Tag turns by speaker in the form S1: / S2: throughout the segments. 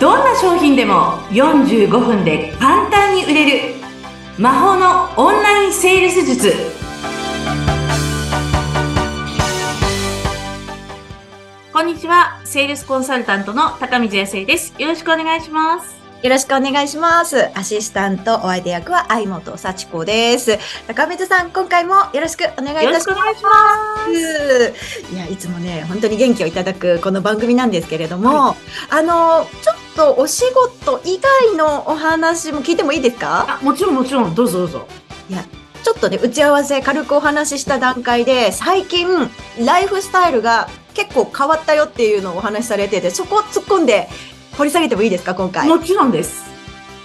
S1: どんな商品でも45分で簡単に売れる魔法のオンラインセールス術こんにちはセールスコンサルタントの高見純生ですよろしくお願いします
S2: よろしくお願いします。アシスタントお相手役は相本幸子です。高水さん、今回もよろしくお願いいたします。
S1: 願いしま
S2: いや、いつもね、本当に元気をいただくこの番組なんですけれども、あの、ちょっとお仕事以外のお話も聞いてもいいですか
S1: あもちろんもちろんどうぞどうぞ
S2: ちょっとね、打ち合わせ軽くお話しした段階で、最近、ライフスタイルが結構変わったよっていうのをお話しされてて、そこを突っ込んで掘り下げてもいいですか、今回。
S1: もちろんです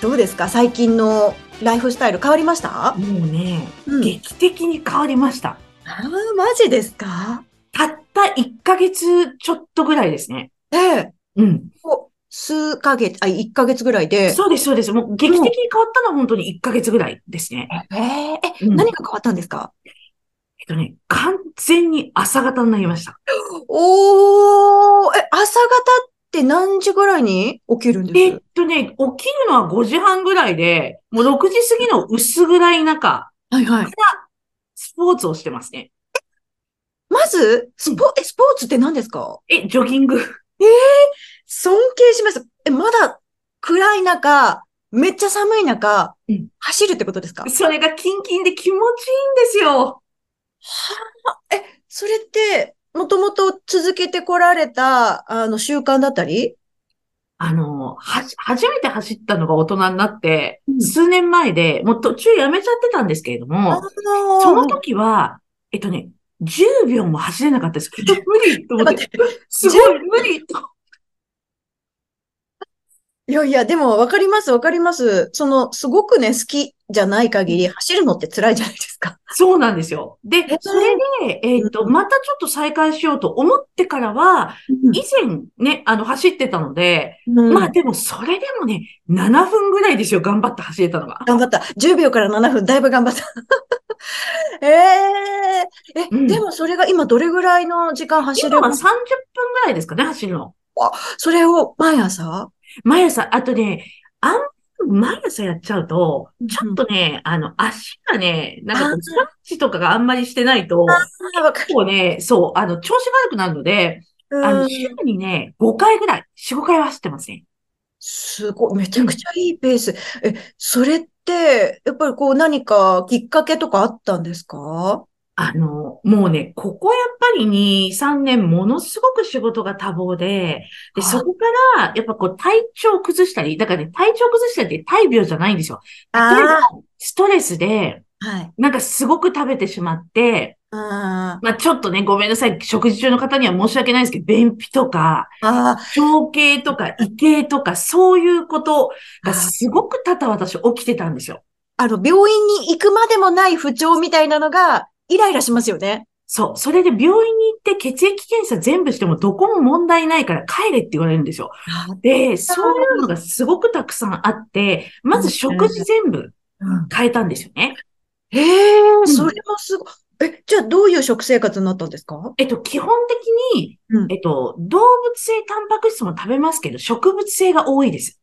S2: どうですか最近のライフスタイル変わりました、
S1: もうね
S2: うん
S1: 劇的に変わりました
S2: あーマジですか
S1: たった1ヶ月ちょっとぐらいですね
S2: ええ。
S1: うん
S2: こう数ヶ月、あ、1ヶ月ぐらいで。
S1: そうです、そうです。もう劇的に変わったのは本当に1ヶ月ぐらいですね。
S2: えええ、
S1: うん
S2: 何が変わったんですか
S1: えっとね、完全に朝方になりました。
S2: おー、え、朝方って何時ぐらいに起きるん
S1: え
S2: です
S1: っとね、起きるのは5時半ぐらいで、もう6時過ぎの薄暗い中、
S2: はいはい。
S1: スポーツをしてますね。
S2: まず、スポ、え、スポーツって何ですか
S1: え、ジョギン グ。
S2: 尊敬します。え、まだ暗い中、めっちゃ寒い中、
S1: うん
S2: 走るってことですか
S1: それがキンキンで気持ちいいんですよ。
S2: それって、もともと続けてこられた、あの、習慣だったり
S1: あの、はじ、初めて走ったのが大人になって
S2: う、ん
S1: 数年前で、もう途中やめちゃってたんですけれども、
S2: の
S1: その時は、えっとね、10秒も走れなかったです。無理と思っ
S2: 待
S1: て
S2: っ。て
S1: すごい無理と。
S2: いやいや、でもわかります、わかります。その、すごくね、好きじゃない限り、走るのって辛いじゃないですか。
S1: そうなんですよ。で
S2: え、
S1: それで、えっ、と、
S2: うん
S1: またちょっと再開しようと思ってからは、以前ね、あの、走ってたので、
S2: うん
S1: まあでも、それでもね、7分ぐらいですよ、頑張って走れたのが。
S2: 頑張った。10秒から7分、だいぶ頑張った。 えええ、
S1: うん
S2: でもそれが今どれぐらいの時間走
S1: 今
S2: れ
S1: は
S2: ま
S1: 30
S2: す
S1: 分ぐらいですかね、走るの。
S2: それを毎朝
S1: 毎朝、あとね、あん毎朝やっちゃうと、ちょっとね、あの、足がね、なんかこ
S2: あー
S1: う、ストレッチとかがあんまりしてないと、
S2: あわか
S1: 結構ね、そう、あの、調子が悪くなるので、
S2: る
S1: あ
S2: う
S1: の、
S2: ん
S1: 週にね、5回ぐらい、4、5回は走ってますね。
S2: すごい、めちゃくちゃいいペース。え、それって、やっぱりこう何かきっかけとかあったんですか
S1: あの、もうね、ここやっぱり2、3年、ものすごく仕事が多忙で、で、
S2: はい
S1: そこから、やっぱこう、体調崩したり、だからね、体調崩したりって大病じゃないんですよ。例えば
S2: あ
S1: ストレスで、
S2: あ、はい。
S1: なんかすごく食べてしまって、
S2: あ
S1: まあちょっとね、ごめんなさい、食事中の方には申し訳ないですけど、便秘とか、
S2: あ、ああ、
S1: 腸系とか、胃系とか、そういうことがすごく多々私起きてたんですよ。
S2: あの、病院に行くまでもない不調みたいなのが、イライラしますよね。
S1: そう。それで病院に行って血液検査全部してもどこも問題ないから帰れって言われるんですよ。で、そういうのがすごくたくさんあって、まず食事全部変えたんですよね。
S2: へえ、
S1: ん
S2: それもすごい。え、じゃあどういう食生活になったんですか
S1: えっと、基本的に
S2: うん、
S1: えっと、動物性タンパク質も食べますけど、植物性が多いです。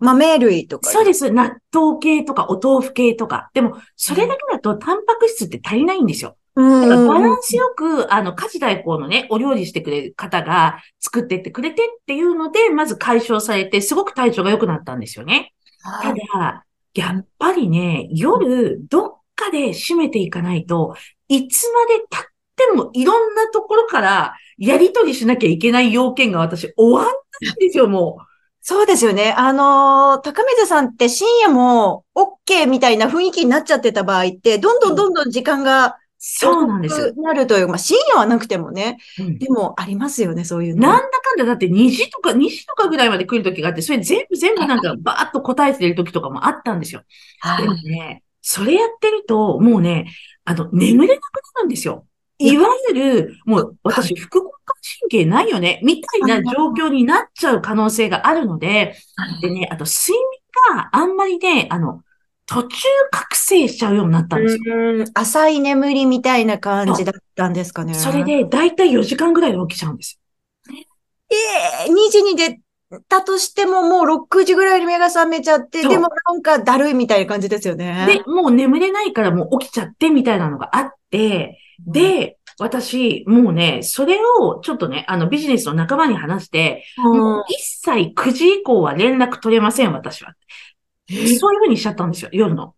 S2: 豆類とか。
S1: そうです。納豆系とかお豆腐系とか。でも、それだけだとタンパク質って足りないんですよ。
S2: うん
S1: だか
S2: うん
S1: ら
S2: うん。
S1: バランスよく、あの、家事代行のね、お料理してくれる方が作ってってくれてっていうので、まず解消されて、すごく体調が良くなったんですよね。
S2: は
S1: た
S2: い
S1: だ、やっぱりね、夜、どっかで閉めていかないと、いつまで経ってもいろんなところからやりとりしなきゃいけない要件が私、終わんないんですよ、もう。
S2: そうですよね。あのー高水さんって深夜も OK みたいな雰囲気になっちゃってた場合って、どんどんどんどん時間が
S1: そうなんですよ。
S2: なるという、まあ深夜はなくてもね。
S1: うん
S2: でもありますよね、そういうの。
S1: なんだかんだだって2時とか、2時とかぐらいまで来る時があって、それ全部全部なんかバーッと答えてる時とかもあったんですよ。
S2: はい
S1: でもね、それやってると、もうね、あの、眠れなくなるんですよ。いわゆる、もう、私、副交感神経ないよね、みたいな状況になっちゃう可能性があるので、でね、あと、睡眠があんまりね、あの、途中覚醒しちゃうようになったんですよ。
S2: うん浅い眠りみたいな感じだったんですかね。
S1: それ、で、だいたい4時間ぐらいで起きちゃうんです。
S2: えー、2時にで、たとしてももう6時ぐらいに目が覚めちゃって、
S1: そう
S2: でもなんかだるいみたいな感じですよね。
S1: で、もう眠れないからもう起きちゃってみたいなのがあって、
S2: うん、
S1: で、私、もうね、それをちょっとね、あのビジネスの仲間に話して、
S2: うん
S1: もう一切9時以降は連絡取れません、私は。
S2: え
S1: そういうふうにしちゃったんですよ、夜の。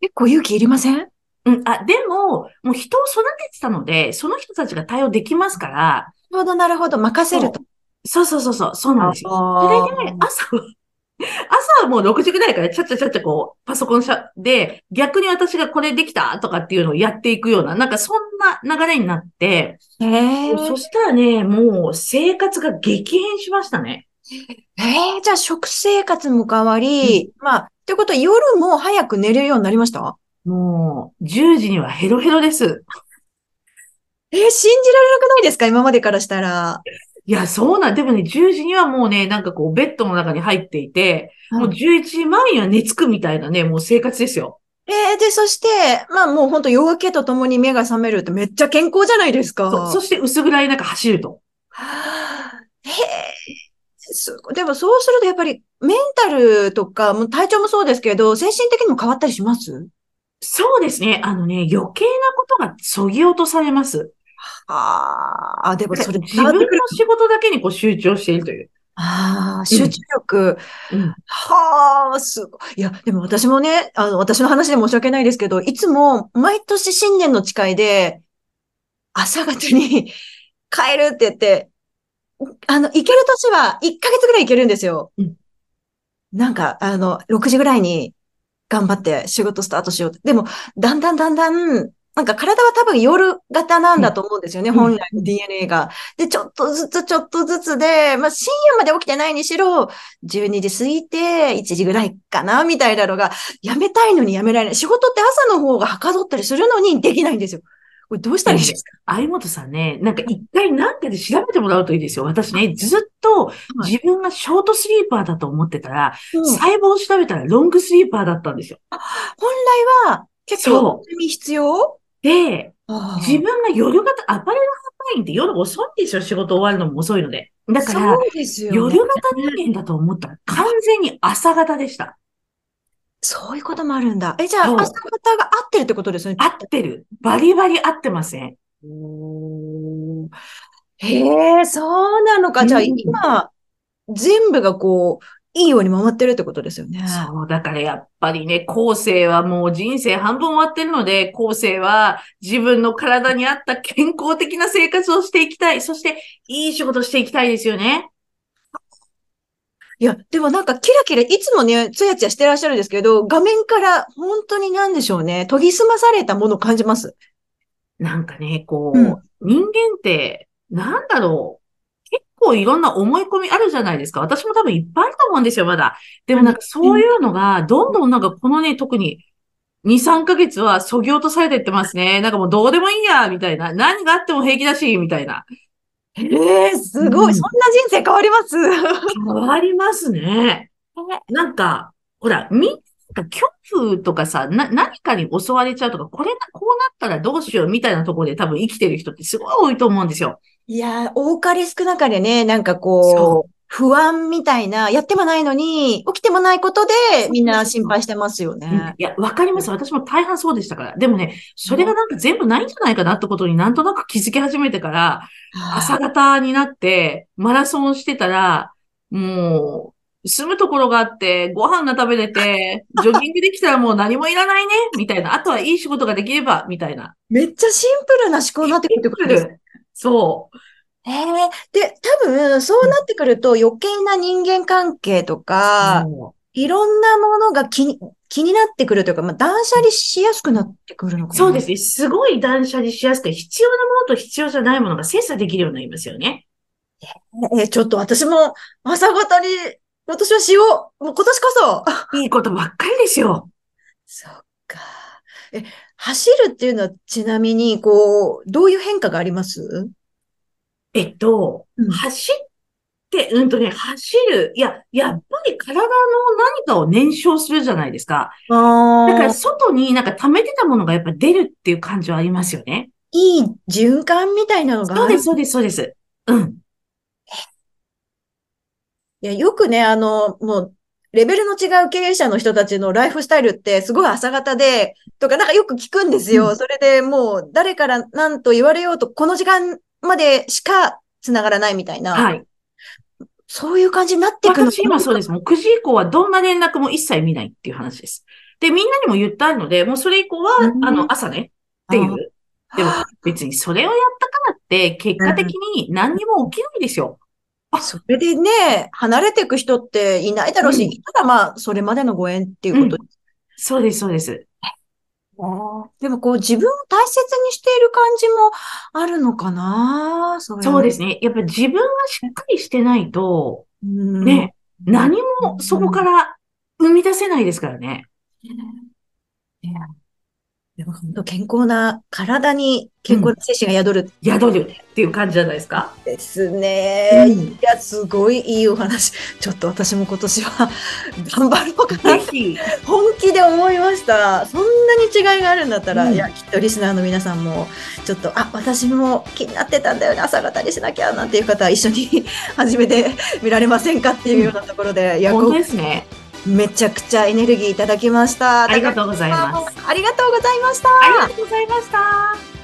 S2: 結構勇気いりません
S1: うん、あ、でも、もう人を育ててたので、その人たちが対応できますから、
S2: なるほど、なるほど。任せると。
S1: そうそうそうそう、そうなんですよ。そ
S2: あ
S1: れで、朝は、 朝はもう6時ぐらいからちゃっちゃちゃっちゃこう、パソコンしゃで、逆に私がこれできたとかっていうのをやっていくような、なんかそんな流れになって、
S2: ーえー
S1: そしたらね、もう生活が激変しましたね。
S2: えーじゃあ食生活も変わり、まあ、ということは夜も早く寝れるようになりました
S1: もう、10時にはヘロヘロです。
S2: えー信じられなくないですか今までからしたら。
S1: いや、そうなん、でもね、10時にはもうね、なんかこう、ベッドの中に入っていて、もう11時前には寝つくみたいなね、もう生活ですよ。
S2: えーで、そして、まあもう本当夜明けとともに目が覚めるってめっちゃ健康じゃないですか。
S1: そそして薄暗い中走ると。
S2: はあへえ。すでもそうするとやっぱりメンタルとか、もう体調もそうですけど、精神的にも変わったりします
S1: そうですね、あのね、余計なことがそぎ落とされます。
S2: あーあ、でもそれ
S1: 自分の仕事だけにこう集中しているという。
S2: ああ、集中力。
S1: うん
S2: はあ、すごい。いや、でも私もね、あの、私の話で申し訳ないですけど、いつも、毎年新年の誓いで、朝方に 帰るって言って、あの、行ける年は1ヶ月ぐらい行けるんですよ。
S1: うん
S2: なんか、あの、6時ぐらいに頑張って仕事スタートしようって。でも、だんだんだんだん、なんか体は多分夜型なんだと思うんですよね、
S1: うん
S2: 本来の DNA が。で、ちょっとずつちょっとずつで、まあ、深夜まで起きてないにしろ、12時過ぎて1時ぐらいかな、みたいなのが、やめたいのにやめられない。仕事って朝の方がはかどったりするのにできないんですよ。これどうしたらいいですか
S1: 相本さんね、なんか一回なんかで調べてもらうといいですよ。私ね、ずっと自分がショートスリーパーだと思ってたら、
S2: うん
S1: 細胞を調べたらロングスリーパーだったんですよ。
S2: 本来は結
S1: そ
S2: 構睡眠必要
S1: で、自
S2: 自
S1: 分が夜型、アパレル販売員って夜遅いんですよ。仕事終わるのも遅いので。だから、
S2: そうですよ、
S1: 夜
S2: ね。
S1: 型人間だと思ったら完全に朝型でした。
S2: そういうこともあるんだ。え、じゃあ、
S1: そう
S2: 朝方が合ってるってことですね。
S1: 合ってる。バリバリ合ってません。
S2: おーへえ、そうなのか。じゃあ、
S1: うん
S2: 今、全部がこう、いいように回ってるってことですよね。
S1: そう、だからやっぱりね、後世はもう人生半分終わってるので、後世は自分の体に合った健康的な生活をしていきたい。そして、いい仕事していきたいですよね。
S2: いや、でもなんかキラキラ、いつもね、ツヤツヤしてらっしゃるんですけど、画面から本当に何でしょうね、研ぎ澄まされたものを感じます。
S1: なんかね、こう、
S2: うん
S1: 人間って、なんだろう。結構いろんな思い込みあるじゃないですか。私も多分いっぱいあると思うんですよ、まだ。でもなんかそういうのが、どんどんなんかこのね、特に、2、3ヶ月は削ぎ落とされてってますね。なんかもうどうでもいいや、みたいな。何があっても平気だし、みたいな。
S2: ええすごい、
S1: うん
S2: そんな人生変わります。
S1: 変わりますね。なんか、ほら、みんな、恐怖とかさ、な、何かに襲われちゃうとか、これな、こうなったらどうしようみたいなところで多分生きてる人ってすごい多いと思うんですよ。
S2: いやー、多かれ少なかれね、なんかこ、
S1: そう
S2: 不安みたいな、やってもないのに、起きてもないことで、みんな心配してますよ
S1: うん
S2: ね。
S1: いや、わかります。私も大半そうでしたから。でもね、それがなんか全部ないんじゃないかなってことになんとなく気づき始めてから、朝方になって、マラソンしてたら、もう、住むところがあって、ご飯が食べれ て、ジョギングできたらもう何もいらないね、みたいな。あとはいい仕事ができれば、みたいな。
S2: めっちゃシンプルな思考になってくるってことですね
S1: そう。
S2: ええで、多分、そうなってくると、余計な人間関係とか、
S1: も
S2: いろんなものが気に、気になってくるというか、まあ、断捨離しやすくなってくるの
S1: う
S2: かな。
S1: そうですね。すごい断捨離しやすく、必要なものと必要じゃないものが精査できるようになりますよね。
S2: えー、ちょっと私も朝方に、今年はしよう。もう今年こそ。
S1: いいことばっかりですよ。
S2: そっか。え、走るっていうのはちなみに、こう、どういう変化があります
S1: えっと、
S2: うん
S1: 走って、うんとね、走る。いや、やっぱり体の何かを燃焼するじゃないですか。
S2: あ
S1: だか
S2: あ
S1: ら、外になんか溜めてたものがやっぱ出るっていう感じはありますよね。
S2: いい循環みたいなのが
S1: そ
S2: あ
S1: う
S2: る
S1: です、そうです、そうです。うん。
S2: いや、よくね、あの、もう、レベルの違う経営者の人たちのライフスタイルってすごい朝方で、とかなんかよく聞くんです
S1: う
S2: よ。それでもう誰から何と言われようと、この時間までしか繋がらないみたいな、
S1: はい。
S2: そういう感じになっていくの
S1: 私今そうです。もう9時以降はどんな連絡も一切見ないっていう話です。で、みんなにも言ったので、もうそれ以降は
S2: う、ん
S1: あの、朝ね、ってい
S2: あ
S1: う。でも別にそれをやったからって、結果的に何にも起きないですよ。
S2: それでね、離れていく人っていないだろうし、
S1: うん
S2: いたらまあ、それまでのご縁っていうことです
S1: そうです、そうです。
S2: でもこう自分を大切にしている感じもあるのかなそれ。
S1: そうですすね。やっぱり自分がしっかりしてないと、
S2: うん
S1: ね、何もそこから生み出せないですからね。
S2: いやでも本当健康な体に健康な精神が宿る
S1: 宿るっていう感じじゃないですか。
S2: ですね。
S1: うん
S2: いや、すごいいいお話。ちょっと私も今年は頑張ろうか
S1: ぜ
S2: な。
S1: ひ、
S2: 本気で思いました。そんなに違いがあるんだったら、
S1: うん
S2: いや、きっとリスナーの皆さんも、ちょっと、あ、私も気になってたんだよね、朝方にしなきゃなんていう方は一緒に始めてみられませんかっていうようなところで、いや、
S1: 本当
S2: こ
S1: ですね。
S2: うめちゃくちゃエネルギーいただきました。
S1: ありがとうございます。
S2: ありがとうございました。
S1: ありがとうございました。